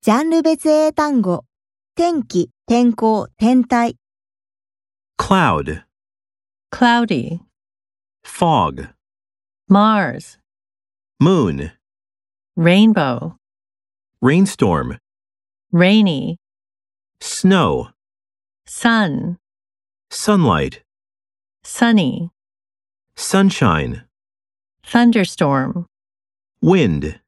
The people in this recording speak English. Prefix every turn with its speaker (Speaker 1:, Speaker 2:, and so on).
Speaker 1: ジャンル別英単語、天気、天候、天体、
Speaker 2: cloud,
Speaker 3: cloudy,
Speaker 2: fog,
Speaker 3: Mars,
Speaker 2: moon,
Speaker 3: rainbow,
Speaker 2: rainstorm,
Speaker 3: rainy,
Speaker 2: snow,
Speaker 3: sun,
Speaker 2: sunlight,
Speaker 3: sunny,
Speaker 2: sunshine,
Speaker 3: thunderstorm.
Speaker 2: wind.